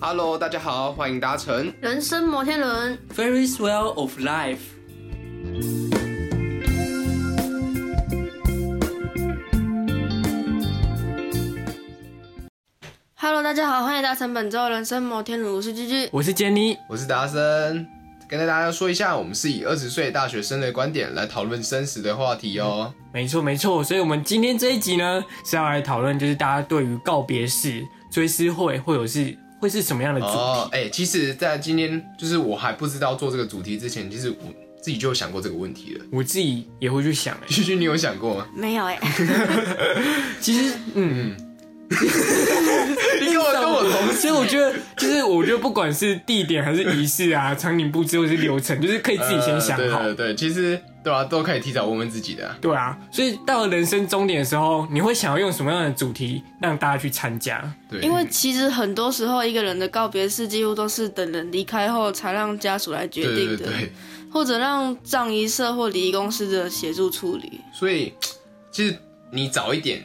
Hello，大家好，欢迎搭乘人生摩天轮， Very swell of life。 Hello，大家好，欢迎搭乘本周的人生摩天轮，我是居居。我是杰尼，我是达森，跟大家说一下，我们是以二十岁大学生的观点来讨论生死的话题哦。没错没错，所以我们今天这一集呢是要来讨论，就是大家对于告别式、追思会或者是会是什么样嗯的主题？哦，哎、其实，在今天就是我还不知道做这个主题之前，其实我自己就有想过这个问题了。我自己也会去想、欸，旭旭，你有想过吗？没有哎、 其实嗯， 你跟我跟我同所以我觉得就是我觉得不管是地点还是仪式啊、场景布置或是流程，就是可以自己先想好。呃对对对，其实对啊，都可以提早问问自己的啊、对啊，所以到了人生终点的时候，你会想要用什么样的主题让大家去参加？对，因为其实很多时候一个人的告别式几乎都是等人离开后才让家属来决对定对的，对对，或者让葬仪社或礼仪公司的协助处理。所以其实你早一点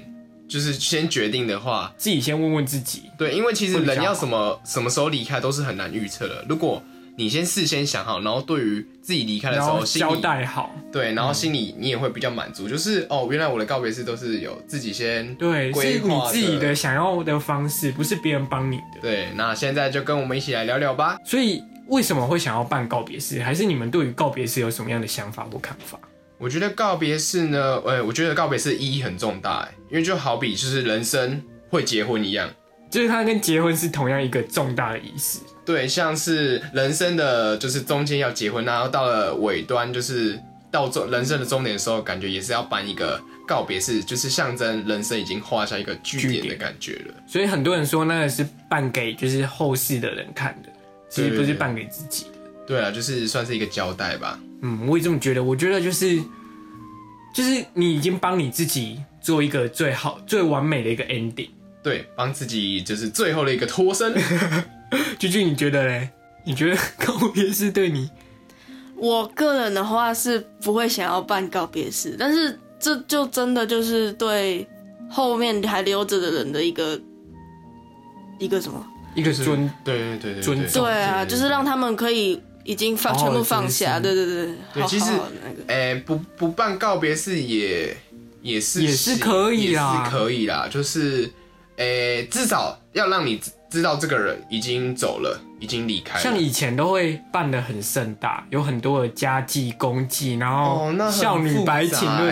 就是先决定的话，自己先问问自己。对，因为其实会比较人要好什么什么时候离开都是很难预测的。如果你先事先想好，然后对于自己离开的时然后候心交里代嗯好，对，然后心里你也会比较满足，就是哦，原来我的告别式都是有自己先对，规是划你自己的想要的方式，不是别人帮你的。对。那现在就跟我们一起来聊聊吧。所以为什么会想要办告别式？还是你们对于告别式有什么样的想法或看法？我觉得告别式呢，呃，我觉得告别式意义很重大，哎因为就好比就是人生会结婚一样，就是它跟结婚是同样一个重大的仪式，对，像是人生的就是中间要结婚，然后到了尾端就是到终人生的终点的时候，感觉也是要办一个告别式，就是象征人生已经画下一个句点的感觉了。所以很多人说那个是办给就是后世的人看的，其实不是办给自己的。对啊，就是算是一个交代吧。嗯，我也这么觉得。我觉得就是就是你已经帮你自己做一个最好、最完美的一个 ending。 对，帮自己就是最后的一个脱身。居居，你觉得嘞？你觉得 告别式对你我个人的话是不会想要办告别式，但是这就真的就是对后面还留着的人的一个一个什么？一个 尊 对对对对尊对重对啊，就是让他们可以已经放好好全地部放珍惜下，对对对，对好其实好好的那个。哎、不不办告别式也也是也是可以啊啦也是可以啦，就是，哎、至少要让你知知道这个人已经走了，已经离开了。像以前都会办的很盛大，有很多的家祭、公祭，然后哦那很少女白情，复杂对不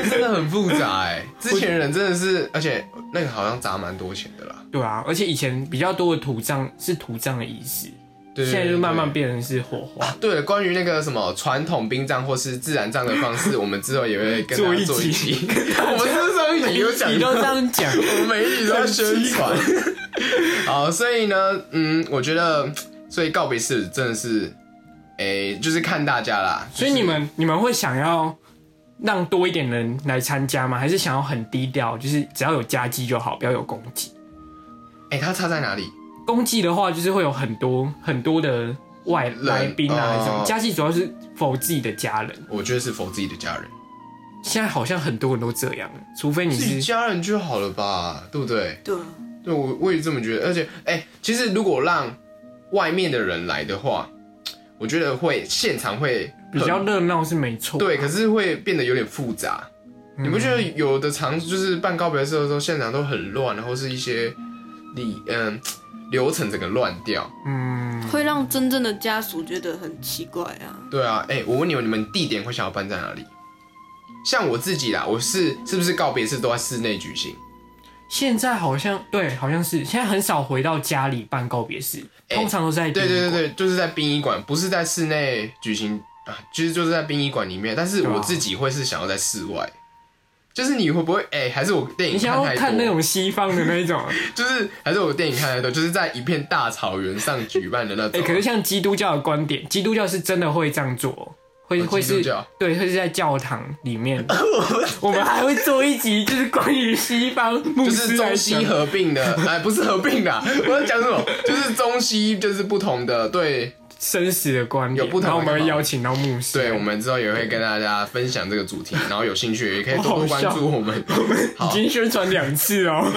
对？ 真的很复杂哎、之前人真的是，而且那个好像砸蛮多钱的啦。对啊，而且以前比较多的土葬是土葬的仪式，对现在就慢慢。变成是火化。对，对关于那个什么传统殡葬或是自然葬的方式，我们之后也会跟大做家一 做一集集。我们是不是上一集有讲你到都这 样讲，我们每一集都要宣传。 好，所以呢，嗯，我觉得，所以告别式真的是，诶、就是看大家啦。所以你们你们会想要让多一点人来参加吗？还是想要很低调，就是只要有家祭就好，不要有公祭？诶、它差在哪里？公祭的话，就是会有很多很多的外来宾啊，还是什么？哦家祭主要是否自己的家人。我觉得是否自己的家人，现在好像很多人都这样，除非你自己是家人就好了吧，对不对？啊对，对，我我也这么觉得。而且，哎、其实如果让外面的人来的话，我觉得会现场会比较热闹是没错，对，可是会变得有点复杂。嗯你不觉得有的场就是办告别式的时候，现场都很乱，然后是一些礼嗯流程整个乱掉？嗯，会让真正的家属觉得很奇怪啊。对啊，哎、我问你们，你们地点会想要办在哪里？像我自己啦，我是是不是告别式都在室内举行？现在好像对，好像是现在很少回到家里办告别式，哎通常都是在对宾对对馆对，就是在殡仪馆，不是在室内举行啊，其实就是在殡仪馆里面。但是对啊我自己会是想要在室外，就是你会不会哎、还是我电影你想看要太多？看那种西方的那一种， 就是还是我电影看太多，就是在一片大草原上举办的那哎、种。可是像基督教的观点，基督教是真的会这样做，会哦会基是督教，对，会是在教堂 里面。我们还会做一集，就是关于西方牧就是师中来西讲，合并的，哎，不是合并啦，我要讲什么？就是中西就是不同的，对生死的观点，有不同的然后我们看会法邀请到牧师，对，我们之后也会跟大家分享这个主题，然后有兴趣也可以多多好关笑注我们。已好，经宣传两次哦。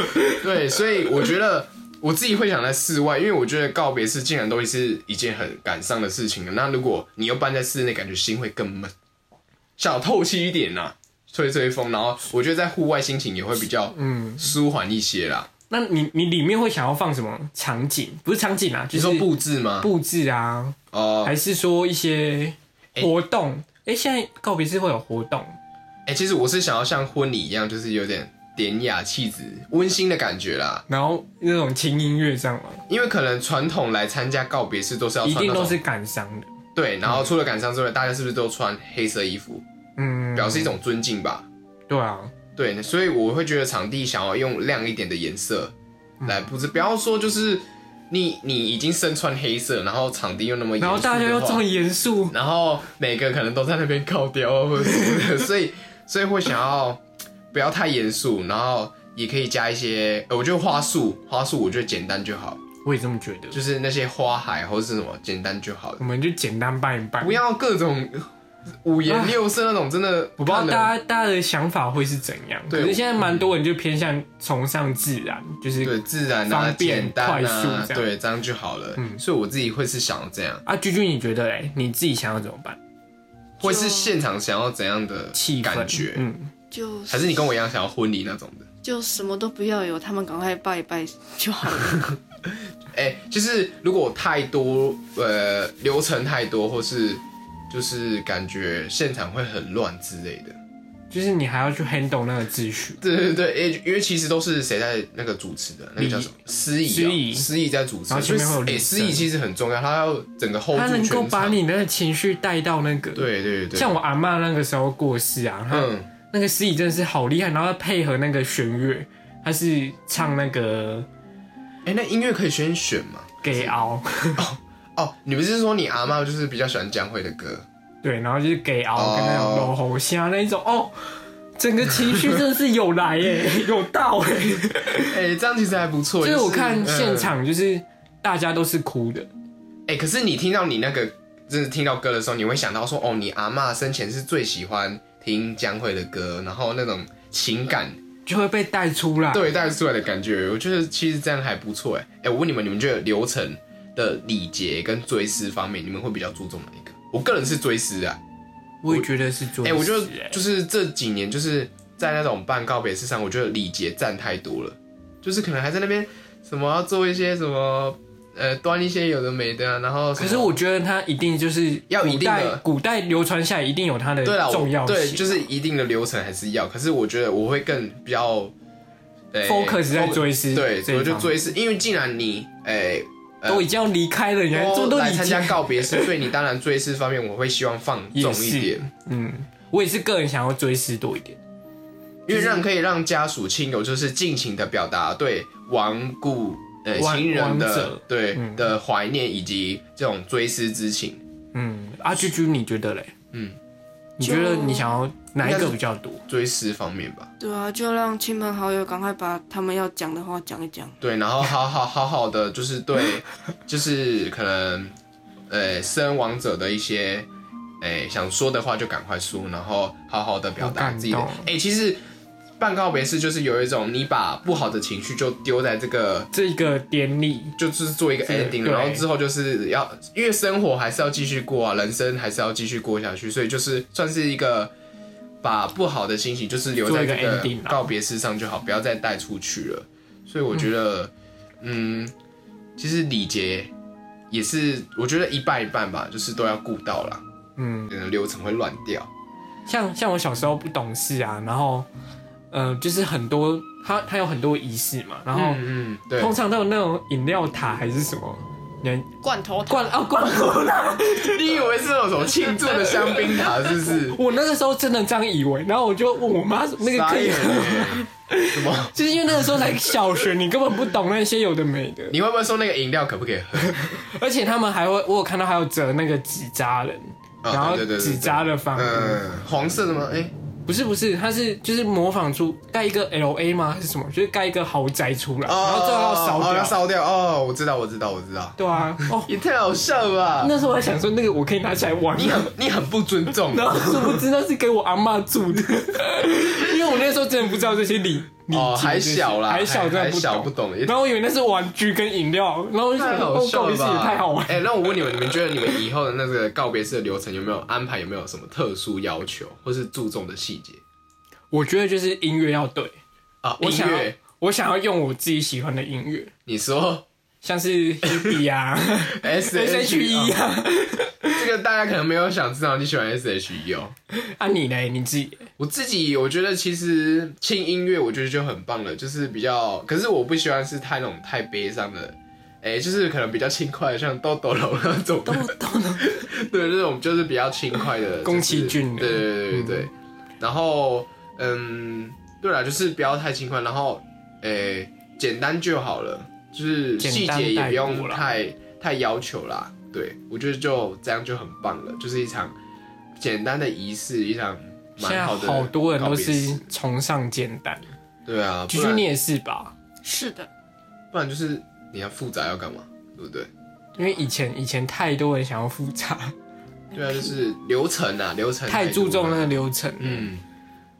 对，所以我觉得我自己会想在室外，因为我觉得告别式进然都是一件很感伤的事情了。那如果你又办在室内，感觉心会更闷。小透气一点呐、吹吹风，然后我觉得在户外心情也会比较嗯，舒缓一些啦。那你你里面会想要放什么场景？不是场景啊，就你是说布置吗？布置啊，哦，还是说一些哎活动？哎、现在告别式会有活动，哎、其实我是想要像婚礼一样，就是有点典雅气质、温馨的感觉啦。然后那种轻音乐这样嘛，因为可能传统来参加告别式都是要一穿定那都种是感伤的。对，然后除了感伤之外，大家是不是都穿黑色衣服，嗯，表示一种尊敬吧？对啊，对，所以我会觉得场地想要用亮一点的颜色嗯来布置，不要说就是你你已经身穿黑色，然后场地又那么严肃然后大家又的这话么严肃，然后每个可能都在那边靠雕啊或者什么 的，所以所以会想要不要太严肃，然后也可以加一些，呃我觉得花束花束我觉得简单就好，我也这么觉得。就是那些花海或者是什么简单就好我，们就简单办一办，不要各种五颜六色那种，真的我不知道看了大家大家的想法会是怎样，可对是现在蛮多人就偏向崇尚自然，就是对自然啊、方便简单快速啊，这样对这样就好了。嗯所以我自己会是想要这样，啊，居居你觉得嘞？你自己想要怎么办？会是现场想要怎样的气氛感觉，嗯，就还是你跟我一样想要婚礼那种的？就什么都不要有，他们赶快拜一拜就好了。 哎、就是如果太多呃流程太多，或是就是感觉现场会很乱之类的。就是你还要去 handle 那个秩序，对对对，哎、因为其实都是谁在那个主持的，那个叫什么司仪、啊，司仪司仪在主持，然后前面会有所以铃哎声司仪其实很重要，他要整个 hold 他住能够全把场。你那个情绪带到那个，对对对，像我阿嬷那个时候过世啊，她嗯，那个司仪真的是好厉害，然后她配合那个弦乐，她是唱那个哎、那音乐可以先选吗？给熬，哦，你不是说你阿妈就是比较喜欢江蕙的歌？对，然后就是给熬跟那种哦老猴虾那一种哦。整个情绪真的是有来耶， 有到哎、 哎、这样其实还不错。就是我看嗯现场，就是大家都是哭的，哎、可是你听到你那个，就是听到歌的时候，你会想到说，哦，你阿妈生前是最喜欢听江蕙的歌，然后那种情感就会被带出来。，对带出来的感觉，我觉得其实这样还不错。哎，哎，我问你们，你们觉得流程的礼节跟追思方面，你们会比较注重哪一个？我个人是追思啊，我也觉得是做。哎、哎、我觉得就是这几年就是在那种办告别式上，我觉得礼节占太多了，就是可能还在那边什么要做一些什么，呃，端一些有的没的啊，然后什可么是我觉得它一定就是要一古定代的古代流传下来一定有它的对啦，我重要性，啊对，就是一定的流程还是要，可是我觉得我会更比较、呃 focus 在追思对，这一我就方追思，因为既然你哎、呃都已经要离开了，你还这么多来礼参加节，告别 式，所以你当然追思方面我会希望放也重一是点。嗯，我也是个人想要追思多一点。因为让可以让家属亲友就是尽情的表达对亡故呃亡亲人亡的者对、嗯的怀念以及这种追思之情。嗯，阿居居你觉得嘞？嗯，你就觉得你想要哪一应该个是比较多？追思方面吧，对啊，就让亲朋好友赶快把他们要讲的话讲一讲。对，然后好好好好的就是 对，就是可能，呃，身亡者的一些，哎、想说的话就赶快说，然后好好的表好达感自己的。动哎、其实办告别式就是有一种你把不好的情绪就丢在这个这个典礼，就是做一个这个 ending，对然后之后就是要，因为生活还是要继续过啊，人生还是要继续过下去，所以就是算是一个把不好的心情就是留在这做一个个 ending 啦告别式上就好，不要再带出去了。所以我觉得，嗯，其实礼节也是，我觉得一半一半吧，就是都要顾到啦，嗯。嗯，流程会乱掉。像像我小时候不懂事啊，然后，呃，就是很多它它有很多仪式嘛，然后、嗯嗯， 对，通常都有那种饮料塔还是什么，你罐头灌啊 灌头啦，你以为是那种庆祝的香槟塔是不是？我那个时候真的这样以为，然后我就问我妈那个傻可以眼，欸 什么？就是因为那个时候才小学，你根本不懂那些有的 没的，你会不会说那个饮料可不可以喝？而且他们还会，我有看到还有折那个纸扎人，啊然后对对对对纸扎的方。嗯，黄色的吗？哎、不是不是，它是就是模仿出盖一个 L A 吗？还是什么？就是盖一个豪宅出来，然后最后要烧哦哦要掉。烧掉哦，我知道，我知道，我知道，对啊，哦，也太好笑了吧！那时候我还想说，那个我可以拿起来玩， 你很你很不尊重，哦 然后殊不知那是给我阿嬷住的，因为我那时候真的不知道这些礼礼哦，节还就是小啦，还小，真还的小不不懂。懂，也然后我以为那是玩具跟饮料，然后我就想太说，好哦，笑告别了式也吧！太好玩。哎、那我问你们，你们觉得你们以后的那个告别式的流程有没有安排？有没有什么特殊要求，或是注重的细节我觉得就是音乐要对，啊？我音想要乐，我想要用我自己喜欢的音乐，你说像是 Hebe 啊、 S S.H.E E 啊。这个大家可能没有想知道你喜欢 S H E 哦。啊，你嘞？你自己我自己我觉得其实轻音乐我觉得就很棒了，就是比较，可是我不喜欢是太那种太悲伤的，哎、就是可能比较轻快的，像豆豆龙那种的，都 对，这种就是比较轻快的，宫就是崎骏的嗯对对对对对。然后，嗯，对了，就是不要太轻快，然后，诶、简单就好了，就是细简单节也带不过用啦太太要求啦。对，我觉得就这样就很棒了，就是一场简单的仪式，一场现在蛮的。好多人都是，崇尚简单，对啊，菊不菊然你也是吧？是的，不然就是你要复杂要干嘛，对不对？因为以前以前太多人想要复杂，对啊，就是流程啊，流程哎太多注重那了个流程，嗯。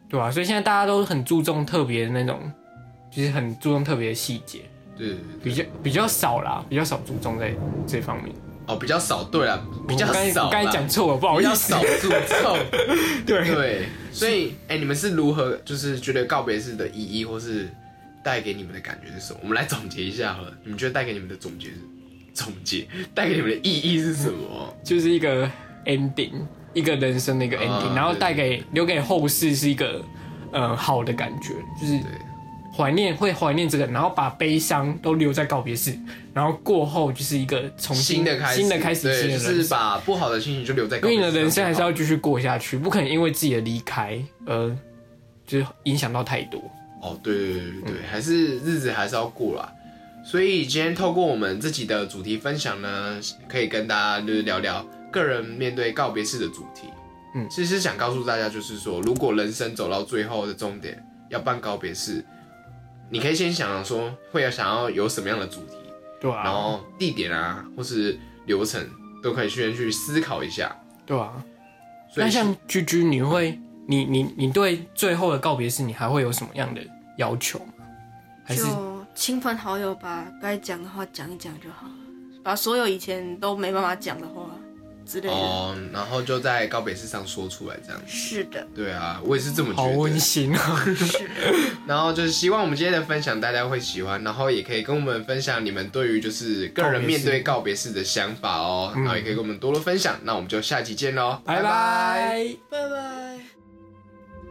对吧、所以现在大家都很注重特别的那种，就是很注重特别的细节，对对对比较比较少啦，比较少注重在这方面。哦，比较少，对了，比较我刚才少啦。我刚才讲错了，不好比意较思少。注重， 对， 对，所以哎、你们是如何就是觉得告别式的意义，或是带给你们的感觉是什么？我们来总结一下好了，你们觉得带给你们的总结是总结， 带给你们的意义是什么？就是一个 ending，一个人生的一个 ending，、啊然后带给留给后世是一个呃好的感觉，就是对怀念会怀念这个，然后把悲伤都留在告别式，然后过后就是一个重新新的开始，新的开始，新对，的就人生是把不好的心情就留在告因为别式上就好。你的人生还是要继续过下去，不可能因为自己的离开而就是影响到太多。哦，对对对对嗯对，还是日子还是要过啦。所以今天透过我们自己的主题分享呢，可以跟大家就是聊聊个人面对告别式的主题。嗯其实想告诉大家，就是说，如果人生走到最后的终点，要办告别式，你可以先想想说，会要想要有什么样的主题，对然啊，后地点啊，或是流程，都可以先去思考一下。对啊。所以那像居居，你会，你你你对最后的告别式，你还会有什么样的要求吗？还是就亲朋好友吧，该讲的话讲一讲就好了，把所有以前都没办法讲的话之类的。哦，然后就在告别式上说出来这样。是 的，对啊，我也是这么觉得。好温馨啊！是的，然后就是希望我们今天的分享大家会喜欢，然后也可以跟我们分享你们对于就是个人面对告别式的想法哦，嗯然后也可以跟我们多多分享。那我们就下期见喽，拜拜。拜拜。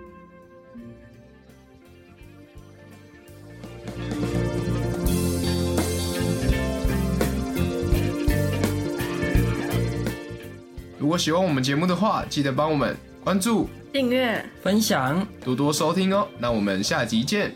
如果喜欢我们节目的话，记得帮我们关注、订阅。分享。多多收听哦。那我们下集见，